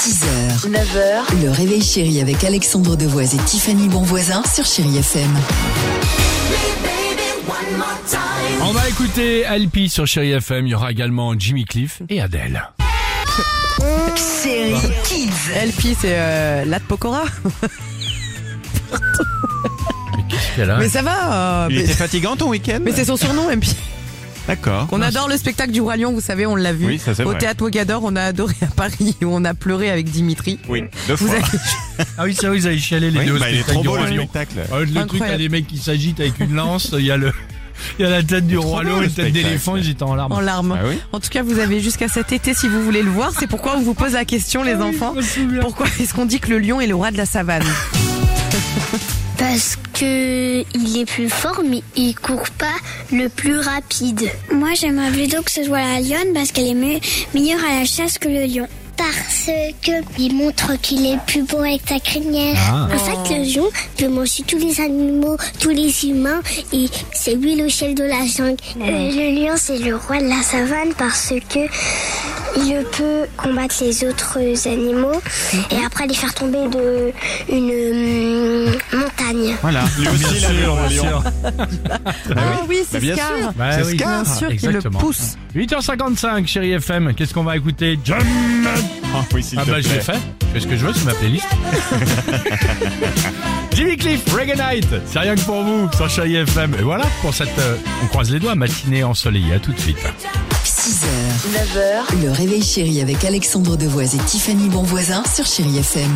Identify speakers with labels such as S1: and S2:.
S1: 6h, 9h, le réveil chéri avec Alexandre Devoise et Tiffany Bonvoisin sur Chéri FM.
S2: On va écouter Alpi sur Chéri FM. Il y aura également Jimmy Cliff et Adèle.
S1: Chéri Kids.
S3: LP, c'est euh, la de Pokora.
S2: Mais qu'est-ce qu'elle a
S3: Mais ça va. euh,
S4: Il
S3: mais
S4: était fatigant ton week-end
S3: mais c'est son surnom, MP.
S4: D'accord.
S3: On adore le spectacle du Roi Lion, vous savez, on l'a vu.
S4: Oui, ça, c'est
S3: Au
S4: vrai.
S3: théâtre Mogador, on a adoré à Paris, où on a pleuré avec Dimitri.
S4: Oui, deux
S3: Vous
S4: fois.
S3: avez-
S2: Ah oui, c'est vrai, ils avaient chialé les
S4: Oui,
S2: deux. au
S4: bah, il est
S2: spectacle
S4: trop
S2: du
S4: beau
S2: Roi
S4: le
S2: Lion.
S4: spectacle.
S2: Ah, Le truc, il y a
S3: Incroyable.
S2: des mecs qui s'agitent avec une lance. Il y a le, il y a la tête du roi
S4: trop
S2: lion
S4: beau,
S2: et
S4: le
S2: une tête d'éléphant.
S4: spectacle.
S2: J'étais en larmes.
S3: en larmes.
S4: Ah oui
S3: En tout cas, vous avez jusqu'à cet été si vous voulez le voir. C'est pourquoi on vous pose la question, les enfants. Pourquoi est-ce qu'on dit que le lion est le roi de la savane
S5: Parce que il est plus fort, mais il court pas le plus rapide. Moi, j'aimerais plutôt que ce soit la lionne parce qu'elle est me- meilleure à la chasse que le lion. Parce que il montre qu'il est plus beau avec sa crinière. En fait, le lion peut manger tous les animaux, tous les humains, et c'est lui le chef de la jungle. Euh, le lion, c'est le roi de la savane parce que il peut combattre les autres animaux et après les faire tomber de une hum, montagne.
S4: Voilà. Lui aussi, il a vu le roi lion.
S3: Ah oui,
S4: Bah,
S3: c'est
S4: bien
S3: Scar.
S4: sûr.
S2: Bah
S4: C'est
S2: oui.
S4: Scar.
S3: Bien sûr qu'il le
S2: Exactement.
S3: pousse.
S2: 8h55, chérie FM. Qu'est-ce qu'on va écouter Jump
S4: Ah oui, s'il
S2: Ah
S4: te
S2: bah je l'ai
S4: plaît.
S2: fait. Je fais ce que je veux sur ma playlist. Jimmy Cliff, Reggae Night, c'est rien que pour vous sur Chérie FM. Et voilà pour cette, euh, on croise les doigts, matinée ensoleillée. À tout de suite.
S1: 6h, 9h, le réveil chéri avec Alexandre Devoise et Tiffany Bonvoisin sur Chéri FM.